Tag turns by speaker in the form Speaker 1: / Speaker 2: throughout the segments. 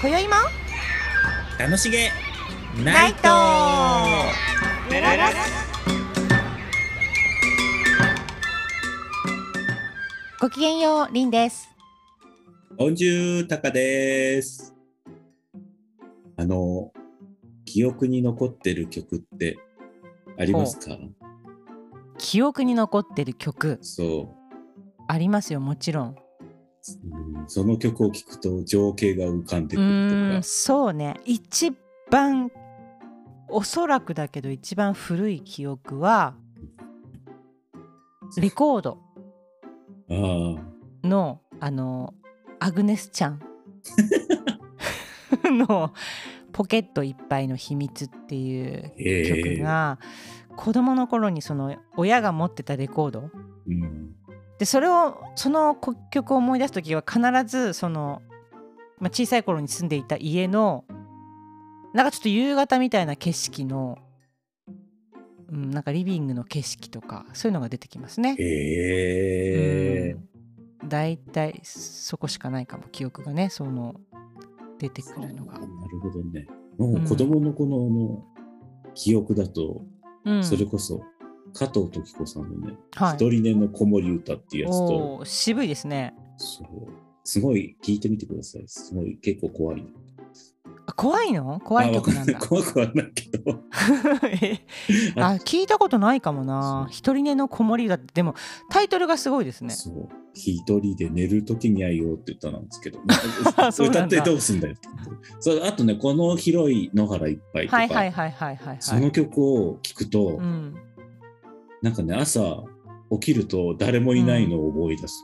Speaker 1: 今宵も
Speaker 2: 楽しげ
Speaker 1: ナ
Speaker 2: ナ
Speaker 1: イ
Speaker 2: イ
Speaker 1: ト
Speaker 2: ト
Speaker 1: ごきげんようりんです
Speaker 2: ボンジュータカですあの記憶に残ってる曲ってありますか
Speaker 1: 記憶に残ってる曲
Speaker 2: そ
Speaker 1: ありますよもちろん
Speaker 2: う、うんその曲を聴くと情景が浮かんで
Speaker 1: う
Speaker 2: く
Speaker 1: ー
Speaker 2: る
Speaker 1: ん
Speaker 2: とか
Speaker 1: そうね一番おそらくだけど一番古い記憶はレコード
Speaker 2: ああ
Speaker 1: のあのアグネスちゃ んの「ポケットいっぱいの秘密」っていう
Speaker 2: ええ
Speaker 1: 曲が、子供の頃にその親が持ってたレコード
Speaker 2: うん
Speaker 1: でそれをその曲を思い出す時は必ずその、まあ、小さい頃に住んでいた家のなんかちょっと夕方みたいな景色の、うん、なんかリビングの景色とかそういうのが出てきますね。
Speaker 2: ええ
Speaker 1: うん大体そこしかないかも記憶がねその出てくるのが。
Speaker 2: なるほどねもう子供の頃の記憶だと、
Speaker 1: うん
Speaker 2: それこそ加藤時子さんのね「
Speaker 1: はい
Speaker 2: 一人寝の子守歌」っていうやつと
Speaker 1: おー渋いですね。
Speaker 2: そうすごい聞いてみてくださいすごい結構怖い
Speaker 1: あ怖いの怖い
Speaker 2: あわ
Speaker 1: 曲
Speaker 2: か
Speaker 1: なんん
Speaker 2: ない
Speaker 1: だ。
Speaker 2: 怖くはないけど
Speaker 1: えあ聞いたことないかもな。
Speaker 2: そう
Speaker 1: 一人寝の子守だってでもタイトルがすごいですね。
Speaker 2: そう「一人で寝る時に会よう」って歌なんですけど
Speaker 1: そうな
Speaker 2: 歌
Speaker 1: んだ
Speaker 2: ってどうすんだよってそうあとねこの広い野原いっぱいとか、
Speaker 1: はいはいはいはいはいはい。
Speaker 2: その曲を聞くと、
Speaker 1: うん、
Speaker 2: なんかね朝起きると誰もいないのを思い出す、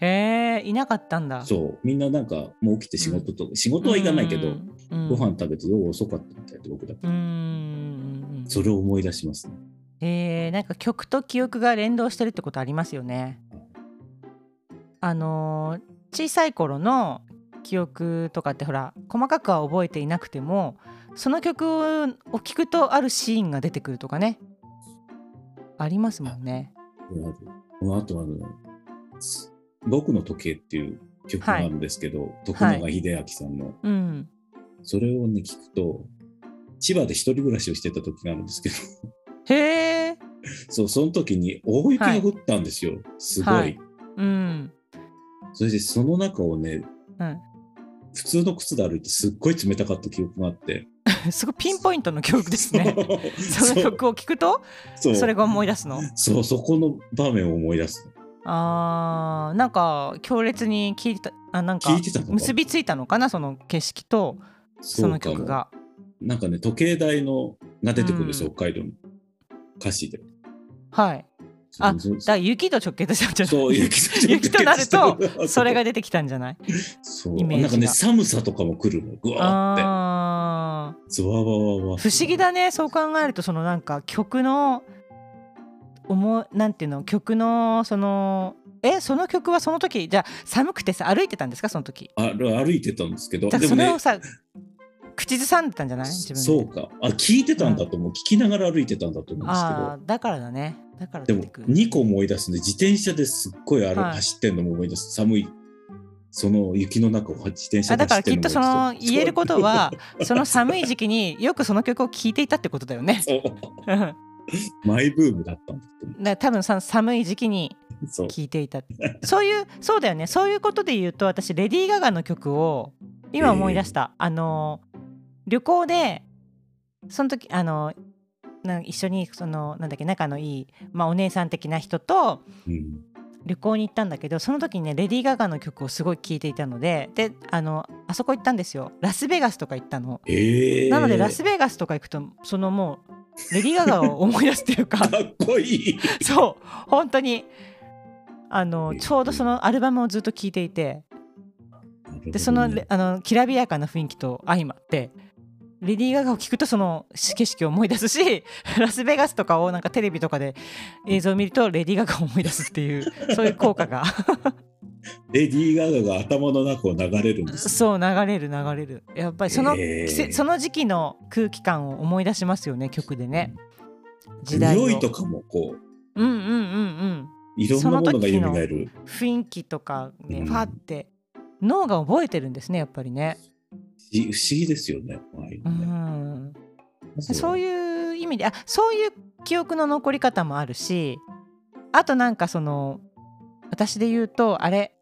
Speaker 1: へえいなかったんだ。
Speaker 2: そうみんななんかもう起きて仕事と、仕事は行かないけど、
Speaker 1: うん、
Speaker 2: ご飯食べて夜遅かったみたいで僕だけ
Speaker 1: うんうんうん
Speaker 2: それを思い出しますね。
Speaker 1: えー、なんか曲と記憶が連動してるってことありますよね。あのー小さい頃の記憶とかってほら細かくは覚えていなくてもその曲を聴くとあるシーンが出てくるとかねありますもんね。
Speaker 2: この後はあのす僕の時計っていう曲があるんですけど、徳永英明さんの、
Speaker 1: うん、
Speaker 2: それをね聞くと千葉で一人暮らしをしてた時があるんですけど
Speaker 1: へえ、
Speaker 2: そうその時に大雪が降ったんですよ、すごい、
Speaker 1: はいうん
Speaker 2: それでその中をね
Speaker 1: うん、
Speaker 2: 普通の靴で歩いてすっごい冷たかった記憶があって
Speaker 1: すごいピンポイントの記憶です ね。
Speaker 2: そう
Speaker 1: その曲を聴くと
Speaker 2: そう
Speaker 1: そ
Speaker 2: そ
Speaker 1: れ
Speaker 2: う
Speaker 1: が思い出すの。
Speaker 2: そうそこの場面を思い出す
Speaker 1: あーなんか強烈に聞いたあなんか
Speaker 2: 聞いてたのか
Speaker 1: 結びついたのかなその景色とその
Speaker 2: うかも
Speaker 1: 曲が
Speaker 2: なんかね時計台のが出てくるんですよ、
Speaker 1: うん
Speaker 2: 北海道の歌詞で。
Speaker 1: はいあ
Speaker 2: そ
Speaker 1: だから雪と直結したんじゃない
Speaker 2: そう雪 と
Speaker 1: 雪となると それ
Speaker 2: が
Speaker 1: が出てきたんじゃない
Speaker 2: そう
Speaker 1: イメージ
Speaker 2: な
Speaker 1: が
Speaker 2: んかね寒さとかも来るのぐわーって
Speaker 1: あー
Speaker 2: ズワワワワ
Speaker 1: 不思議だねそう考えるとそのなんか曲の思うなんていうの曲のそのえその曲はその時じゃあ寒くてさ歩いてたんですかその時
Speaker 2: あ歩いてたんですけど
Speaker 1: だか
Speaker 2: で
Speaker 1: らそ
Speaker 2: も
Speaker 1: れ
Speaker 2: ね
Speaker 1: をさ、口ずさんでたんじゃない自分で
Speaker 2: そうかあ聞いてたんだと思う、聞きながら歩いてたんだと思うんですけ
Speaker 1: あ
Speaker 2: ど
Speaker 1: あだからだねだから
Speaker 2: で
Speaker 1: 出
Speaker 2: も
Speaker 1: てくる
Speaker 2: 2個思い出すね自転車ですっごい歩、
Speaker 1: はい
Speaker 2: 走ってんのも思い出す寒いその雪の中を自転車
Speaker 1: あ
Speaker 2: で
Speaker 1: だか
Speaker 2: 走
Speaker 1: ら
Speaker 2: っ
Speaker 1: き
Speaker 2: てん
Speaker 1: っと
Speaker 2: の
Speaker 1: そ
Speaker 2: も
Speaker 1: の
Speaker 2: 思い出す
Speaker 1: 言えることはその寒い時期によくその曲を聴いていたってことだよね。
Speaker 2: そう
Speaker 1: うんだか
Speaker 2: マイブームだったんだと思
Speaker 1: ら多分さ寒い時期に
Speaker 2: うそう
Speaker 1: 聴いていたそういうそうだよねそういうことで言うと私レディー・ガガの曲を今思い出した、あの旅行でその時あのな一緒にそのなんだっけ仲のいい、まあ、お姉さん的な人と
Speaker 2: うん
Speaker 1: 旅行に行ったんだけどその時にねレディー・ガガの曲をすごい聴いていたのでであのあそこ行ったんですよラスベガスとか行ったの、
Speaker 2: ええ
Speaker 1: なのでラスベガスとか行くとそのもうレディー・ガガを思い出すっていう か
Speaker 2: かっこいい。
Speaker 1: そう本当にあの
Speaker 2: えー
Speaker 1: ちょうどそのアルバムをずっと聴いていてでそのレあのきらびやかな雰囲気と相まってレディー・ガガを聴くとその景色を思い出すし ラスベガスとかをなんかテレビとかで映像を見るとレディー・ガガを思い出すっていうそういう効果 が。
Speaker 2: レディー・ガガが頭の中を流れるんです。
Speaker 1: そう流れる流れるやっぱりその季節、
Speaker 2: えー
Speaker 1: その時期の空気感を思い出しますよね曲でね時代を
Speaker 2: 匂いとかもこう
Speaker 1: うんうんうん
Speaker 2: いろんなものが
Speaker 1: その時の
Speaker 2: 蘇る。
Speaker 1: うん雰囲気とかね、
Speaker 2: うん
Speaker 1: ファって脳が覚えてるんですねやっぱりね
Speaker 2: 不思議ですよね。ああいう
Speaker 1: う
Speaker 2: のね
Speaker 1: ん、
Speaker 2: まずは
Speaker 1: そういう意味であそういう記憶の残り方もあるしあとなんかその私で言うとあれ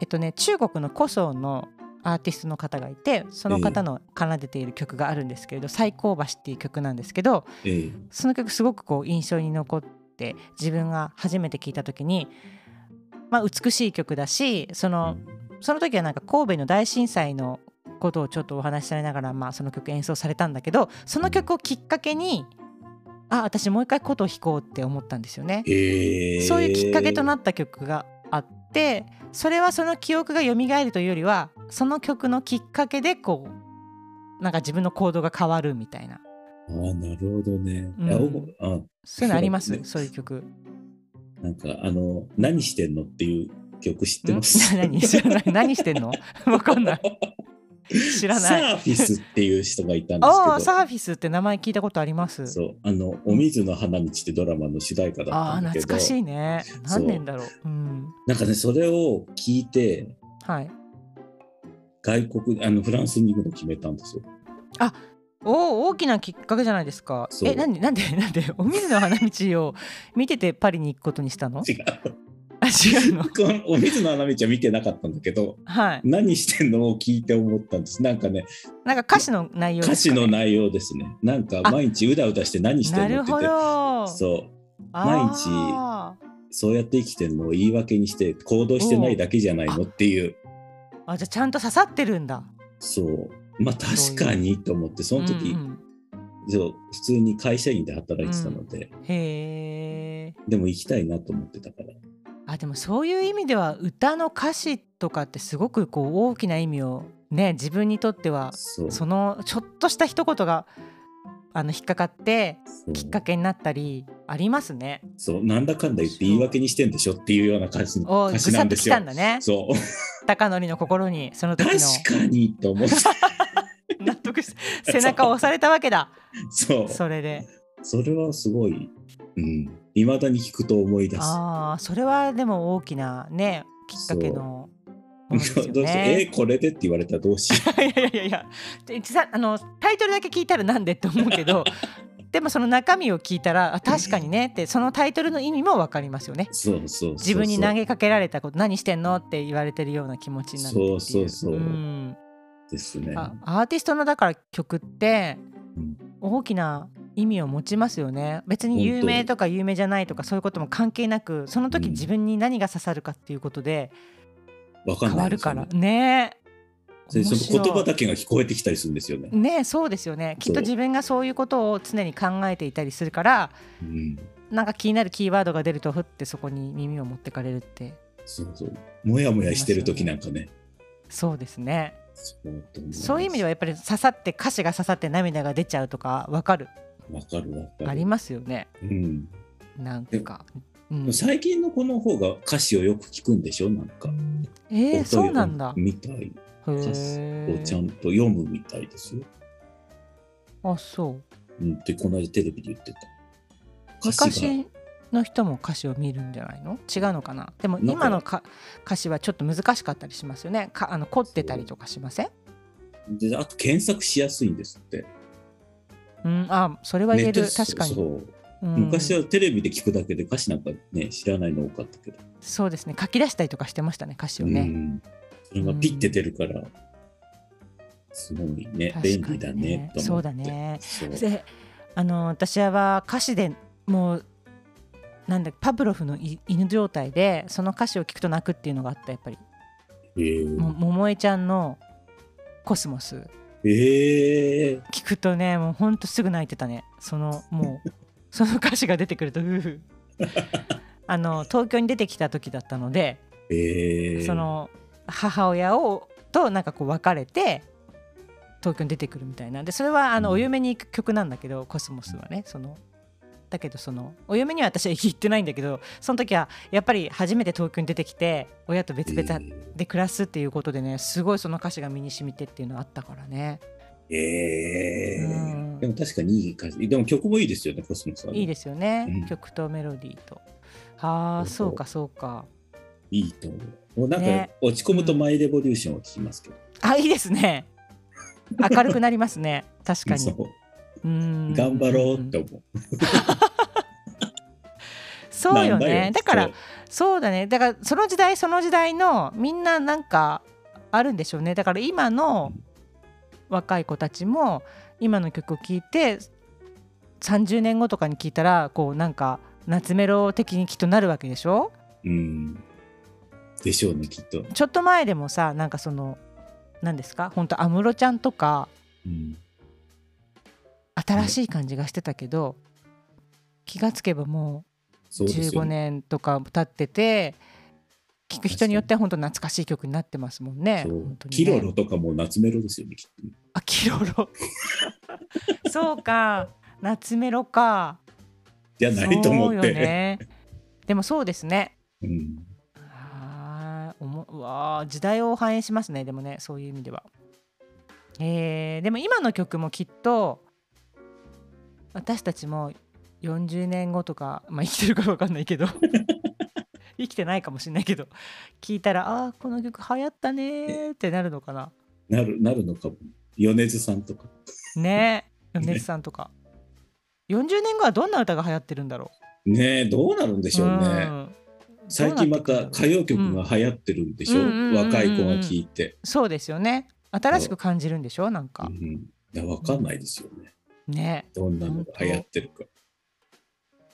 Speaker 1: えっとね中国の古装のアーティストの方がいてその方の奏でている曲があるんですけれど「最高橋」っていう曲なんですけど
Speaker 2: ええ
Speaker 1: その曲すごくこう印象に残って自分が初めて聴いた時に、まあ、美しい曲だしそのその時はなんか神戸の大震災のことをちょっとお話しされながら、まあ、その曲演奏されたんだけどその曲をきっかけにあ私もう一回琴を弾こうって思ったんですよね。
Speaker 2: へえ
Speaker 1: そういうきっかけとなった曲があってそれはその記憶が蘇るというよりはその曲のきっかけでこうなんか自分の行動が変わるみたいな
Speaker 2: ああなるほどね。
Speaker 1: うん
Speaker 2: あ僕あ
Speaker 1: そういうのあります
Speaker 2: そうだね
Speaker 1: そういう曲。
Speaker 2: なんかあの「何してんの?」っていう曲知ってま
Speaker 1: ん
Speaker 2: す
Speaker 1: 何知らない何してんの わかんない知らない。
Speaker 2: サーフィスっていう人がいたんですけ
Speaker 1: あ
Speaker 2: ど
Speaker 1: あーサーフィスって名前聞いたことあります。
Speaker 2: そうあの「お水の花道」ってドラマの主題歌だ
Speaker 1: あ
Speaker 2: った
Speaker 1: あ
Speaker 2: んだけど
Speaker 1: 懐かしいね
Speaker 2: そう
Speaker 1: 何年だろううん
Speaker 2: なんかねそれを聞いて
Speaker 1: はい
Speaker 2: 外国あのフランスに行くの決めたんですよ。
Speaker 1: おー大きなきっかけじゃないですか
Speaker 2: そう
Speaker 1: えなんで なんでなんでお水の花道を見ててパリに行くことにしたの
Speaker 2: 違う
Speaker 1: あ違うの
Speaker 2: このお水の花道は見てなかったんだけど
Speaker 1: はい
Speaker 2: 何してんのを聞いて思ったんですなんかね
Speaker 1: なんか歌詞の内容で
Speaker 2: 歌
Speaker 1: す
Speaker 2: 詞
Speaker 1: かね、
Speaker 2: の内容ですねなんか
Speaker 1: あ
Speaker 2: 毎日うだうだして何してんの
Speaker 1: な
Speaker 2: って
Speaker 1: る
Speaker 2: 言
Speaker 1: ほど
Speaker 2: ってそう
Speaker 1: あー
Speaker 2: そうやって生きてるのを言い訳にして行動してないだけじゃないのっていう
Speaker 1: あじゃあちゃんと刺さってるんだ
Speaker 2: そうまあ確かにと思ってその時、
Speaker 1: うん
Speaker 2: そう普通に会社員で働いてたので、
Speaker 1: うんへえ
Speaker 2: でも行きたいなと思ってたから
Speaker 1: あでもそういう意味では歌の歌詞とかってすごくこう大きな意味をね自分にとっては
Speaker 2: そう
Speaker 1: そのちょっとした一言があの引っかかって
Speaker 2: そう
Speaker 1: きっかけになったりありますね。
Speaker 2: そうなんだかんだ言って言い訳にしてんでしょっていうような歌詞
Speaker 1: おぐ
Speaker 2: 歌詞
Speaker 1: さ
Speaker 2: な
Speaker 1: っ
Speaker 2: ん
Speaker 1: と
Speaker 2: で
Speaker 1: き
Speaker 2: すよ
Speaker 1: たん。だね。
Speaker 2: そう
Speaker 1: 高典の心にその時
Speaker 2: 確
Speaker 1: の
Speaker 2: かにと思って
Speaker 1: 納得し背中を押されたわけだ。
Speaker 2: そう
Speaker 1: それで。
Speaker 2: それはすごい、うん、いまだに聞くと思い出す。
Speaker 1: ああそれはでも大きなねきっかけのものですよ
Speaker 2: どうしてえ
Speaker 1: ね。
Speaker 2: これでって言われたらどうしよ
Speaker 1: いやいやいやいやでさあのタイトルだけ聞いたらなんでって思うけ どでもその中身を聞いたらあ確かにねってそのタイトルの意味もわかりますよね。
Speaker 2: う。そうそうそうそう
Speaker 1: 自分に投げかけられたこと何してんのって言われてるような気持ちになるっていう
Speaker 2: そうそうそうんですね。
Speaker 1: あアーティストのだから曲って
Speaker 2: うん
Speaker 1: 大きな意味を持ちますよね別に有名とか有名じゃないとかそういうことも関係なくその時
Speaker 2: うん
Speaker 1: 自分に何が刺さるかっていうことで
Speaker 2: わかん
Speaker 1: 変
Speaker 2: な
Speaker 1: わ
Speaker 2: いで
Speaker 1: る
Speaker 2: すよ
Speaker 1: か
Speaker 2: ね
Speaker 1: らね
Speaker 2: で
Speaker 1: 面
Speaker 2: その
Speaker 1: 白い
Speaker 2: 言葉だけが聞こえてきたりするんですよね。
Speaker 1: ねそうですよねきっと
Speaker 2: そう
Speaker 1: 自分がそういうことを常に考えていたりするから
Speaker 2: うん、
Speaker 1: なんか気になるキーワードが出るとふってそこに耳を持ってかれるって
Speaker 2: そうそう。もやもやしてる時なんかね。
Speaker 1: そうですね
Speaker 2: そう
Speaker 1: そういう意味では
Speaker 2: は。
Speaker 1: やっぱり刺さって歌詞が刺さって涙が出ちゃうとかわかる
Speaker 2: わかるわかる。
Speaker 1: ありますよね
Speaker 2: うん。
Speaker 1: なんか、うん、
Speaker 2: 最近の子の方が歌詞をよく聞くんでしょなんか。
Speaker 1: えー、
Speaker 2: 音を
Speaker 1: そうなんだ
Speaker 2: みた
Speaker 1: へ
Speaker 2: い。歌詞をちゃ
Speaker 1: ー
Speaker 2: んと読むみたいですよ。
Speaker 1: あそう
Speaker 2: うん。ってこの間テレビで言ってた。歌詞が
Speaker 1: 昔の人も歌詞を見るんじゃないの違うのかなでも
Speaker 2: なんか
Speaker 1: 今のか歌詞はちょっと難しかったりしますよねかあの凝ってたりとかしません
Speaker 2: であと検索しやすいんですって。
Speaker 1: うんあそれは言え
Speaker 2: ネット
Speaker 1: る
Speaker 2: で
Speaker 1: 確かに、
Speaker 2: そう
Speaker 1: うん
Speaker 2: 昔はテレビで聞くだけで歌詞なんかね知らないの多かったけど、
Speaker 1: そうですね書き出したりとかしてましたね歌詞を
Speaker 2: う
Speaker 1: ね、
Speaker 2: んそれがピッて出るから、すごいね
Speaker 1: 確かに
Speaker 2: 便
Speaker 1: ね
Speaker 2: 利だねと思って
Speaker 1: そうだね
Speaker 2: そう
Speaker 1: であの私は歌詞でもうなんだパブロフのい犬状態でその歌詞を聞くと泣くっていうのがあったやっぱり、
Speaker 2: えー
Speaker 1: も桃江ちゃんの「コスモス
Speaker 2: えー」
Speaker 1: 聞くとねもうほんとすぐ泣いてたねそのも うその歌詞が出てくるとううあの東京に出てきた時だったので、
Speaker 2: えー
Speaker 1: その母親をとなんかこう別れて東京に出てくるみたいなんでそれはあの
Speaker 2: うん
Speaker 1: お嫁に行く曲なんだけど「コスモス」はねそのだけどそのお嫁には私は行ってないんだけどその時はやっぱり初めて東京に出てきて親と別々で暮らすっていうことでねすごいその歌詞が身に染みてっていうのあったからね
Speaker 2: えーえー
Speaker 1: うん
Speaker 2: でも確かにいい歌詞でも曲もいいですよねコスモさん
Speaker 1: いいですすよね、
Speaker 2: うん
Speaker 1: 曲とメロディーと。ああ
Speaker 2: そ
Speaker 1: そう
Speaker 2: そう
Speaker 1: うかそうか
Speaker 2: いいと思うもうなんか
Speaker 1: ね
Speaker 2: 落ち込むと
Speaker 1: うん
Speaker 2: マイレボリューションを聞きますけど、
Speaker 1: あいいですね明るくなりますね確か
Speaker 2: そ
Speaker 1: に
Speaker 2: う
Speaker 1: うん
Speaker 2: 頑張ろうって思う。
Speaker 1: そうよ
Speaker 2: なんだ
Speaker 1: ねだからそうだねだからその時代その時代のみんななんかあるんでしょうねだから今の若い子たちも今の曲を聴いて30年後とかに聴いたらこうなんか夏メロ的にきっとなるわけでしょ
Speaker 2: そううん。でしょうね、きっと。
Speaker 1: ちょっと前でもさなんかその何ですか本当安室ちゃんとか
Speaker 2: うん。
Speaker 1: 新しい感じがしてたけど気がつけばもう
Speaker 2: そうですよ
Speaker 1: 15
Speaker 2: ね。
Speaker 1: 年とか経ってて聞く人によっては本当懐かしい曲になってますもんね。
Speaker 2: そう
Speaker 1: 本当に
Speaker 2: キロ
Speaker 1: ね
Speaker 2: ロとかも夏メロですよね、きっと。
Speaker 1: あキロ ロそうか夏メロか
Speaker 2: じゃないと思っ
Speaker 1: そう
Speaker 2: て。
Speaker 1: よね、でもそうですね
Speaker 2: うん。
Speaker 1: あーおもうわー時代を反映しますねでもねそういう意味では。えーでも今の曲もきっと私たちも40年後とか、まあ、生きてるか分かんない けど生きてないかもしれないけど聞いたらああーこの曲流行ったねーってなるのかな。
Speaker 2: なる、なるのかも。米津さんとか。
Speaker 1: ねえ米津さんとか。40年後はどんな歌が流行ってるんだろ
Speaker 2: ねえ、どうなるんで
Speaker 1: う。
Speaker 2: しょう
Speaker 1: う
Speaker 2: ね。
Speaker 1: ん
Speaker 2: 最近また歌謡曲が流行ってるんでしょ、
Speaker 1: うんうんうんうん
Speaker 2: 若い子が聴いて。
Speaker 1: そうですよね。新しく感じるんでしょなん
Speaker 2: う
Speaker 1: か。
Speaker 2: ん。いや、わかんないですよね。
Speaker 1: ね
Speaker 2: どんなのが流行ってるか。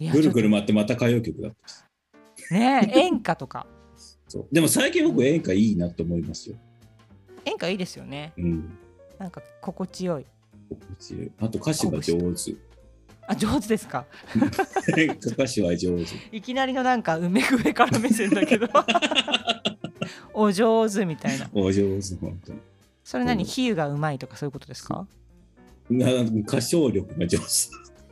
Speaker 1: え。いや
Speaker 2: ぐるぐる回ってまた歌謡曲だった。
Speaker 1: ねえ演歌とか
Speaker 2: そう。でも最近僕演歌いいなと思いますよ。
Speaker 1: 演歌いいですよね
Speaker 2: うん。
Speaker 1: なんか心地よい
Speaker 2: 心地いいあと歌詞が上 手。
Speaker 1: あ上手ですか
Speaker 2: 演歌歌詞は上手。
Speaker 1: いきなりのなんか梅ぐえから目線だけ どお上手みたいな
Speaker 2: お上手、本当に。
Speaker 1: それ何比喩がうまいとかそういうことですか
Speaker 2: な歌唱力が上手。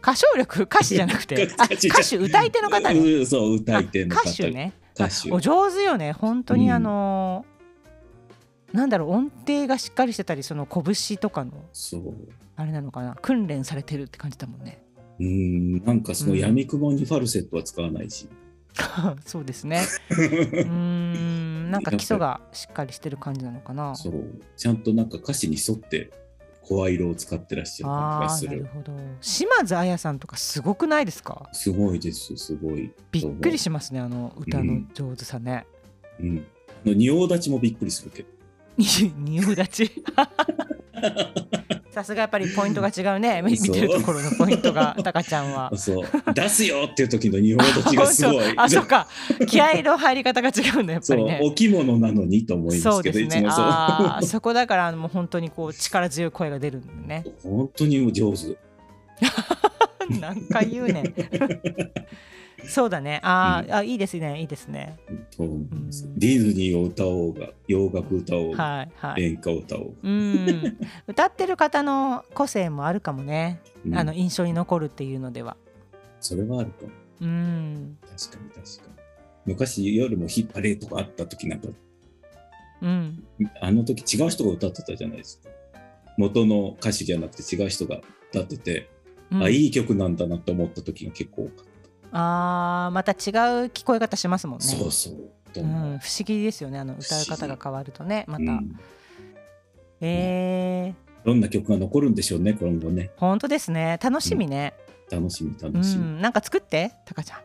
Speaker 1: 歌唱力歌詞じゃなくてあ
Speaker 2: 歌詞じゃ
Speaker 1: 歌手歌い手の方ね
Speaker 2: うんそう、歌
Speaker 1: あ
Speaker 2: い手の方。
Speaker 1: 歌手。ね
Speaker 2: 歌手
Speaker 1: お上手よね本当に
Speaker 2: うん
Speaker 1: あのーなんだろう音程がしっかりしてたりその拳とかの
Speaker 2: そう。
Speaker 1: あれなのかな訓練されてるって感じだもんね
Speaker 2: うん、なんかその
Speaker 1: うん
Speaker 2: 闇雲にファルセットは使わないし。
Speaker 1: そうですねうーんなんか基礎がしっかりしてる感じなのかな。
Speaker 2: そう。ちゃんとなんか歌詞に沿って声色を使ってらっしゃる
Speaker 1: あ
Speaker 2: 感じが
Speaker 1: あ
Speaker 2: す
Speaker 1: なる
Speaker 2: る。
Speaker 1: ほど。島津亜矢さんとかすごくないですか
Speaker 2: すごいです、すごい。
Speaker 1: びっくりしますねあの歌の上手さね。
Speaker 2: うん。あの仁王立ちもびっくりするけど。
Speaker 1: 仁王立ち さすがやっぱりポイントが違う ね見見てるところのポイントがタカちゃんは。
Speaker 2: そう。出すよっていう時の仁王立ちがすごい。
Speaker 1: あそうか気合の入り方が違うんだやっぱ
Speaker 2: そう、
Speaker 1: りね。
Speaker 2: お着物なのにと思いま
Speaker 1: そ
Speaker 2: す
Speaker 1: う
Speaker 2: け
Speaker 1: で
Speaker 2: ど、
Speaker 1: す
Speaker 2: いつ
Speaker 1: ね。
Speaker 2: もそう。
Speaker 1: ああそこだからあのもう本当にこう力強い声が出るんだよね。
Speaker 2: 本当にもう上手。
Speaker 1: 何回言う ねんそうだねあー、あいいですねいいですね
Speaker 2: と思います
Speaker 1: うん
Speaker 2: ディズニーを歌おうが、洋楽歌おうが、
Speaker 1: はいはい、
Speaker 2: 演歌を歌おうが。
Speaker 1: うん歌ってる方の個性もあるかもね、
Speaker 2: うん
Speaker 1: あの印象に残るっていうのでは
Speaker 2: それはあるかも。
Speaker 1: うん
Speaker 2: 確かに確かに。昔夜もヒッパレーとかあった時なんか、
Speaker 1: うん
Speaker 2: あの時違う人が歌ってたじゃないですか。元の歌詞じゃなくて違う人が歌ってて、
Speaker 1: うん
Speaker 2: あ、いい曲なんだなと思った時が結構多かっ
Speaker 1: あーまた違う聞こえ方しますもん
Speaker 2: た。
Speaker 1: ね
Speaker 2: そうそう。と
Speaker 1: う
Speaker 2: 思
Speaker 1: ん、不思議ですよねあの歌う方が変わるとねま
Speaker 2: う
Speaker 1: た、
Speaker 2: うん
Speaker 1: えー、
Speaker 2: どんな曲が残るんでしょうね、今後ね。
Speaker 1: 本当ですね楽しみね、
Speaker 2: 楽しみ、
Speaker 1: う
Speaker 2: 楽しみ。
Speaker 1: ん、なんか作ってタカちゃん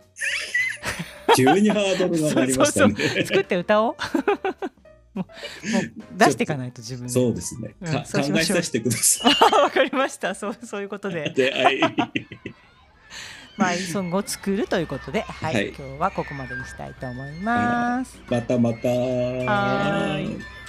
Speaker 2: 急にハードルが上がりましたね。
Speaker 1: 作って歌おう もうもう出していかないと自分で
Speaker 2: そうですね。
Speaker 1: うん
Speaker 2: か
Speaker 1: そう
Speaker 2: 考
Speaker 1: しま
Speaker 2: え
Speaker 1: しょう
Speaker 2: させてくださ
Speaker 1: あ わかりましたそうそういうこと
Speaker 2: い。
Speaker 1: で
Speaker 2: で、はい。
Speaker 1: マイソングを作るということで、はい
Speaker 2: はい
Speaker 1: 今日はここまでにしたいと思います。
Speaker 2: またまた。
Speaker 1: ーい